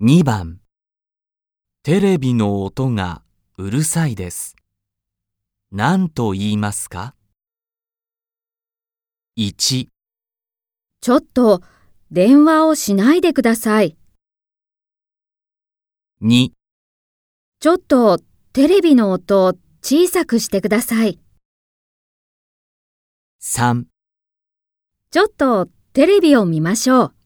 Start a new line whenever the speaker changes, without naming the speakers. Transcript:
2番テレビの音がうるさいです。何と言いますか ?1、
ちょっと電話をしないでください。
2、
ちょっとテレビの音を小さくしてください。
3
ちょっとテレビを見ましょう。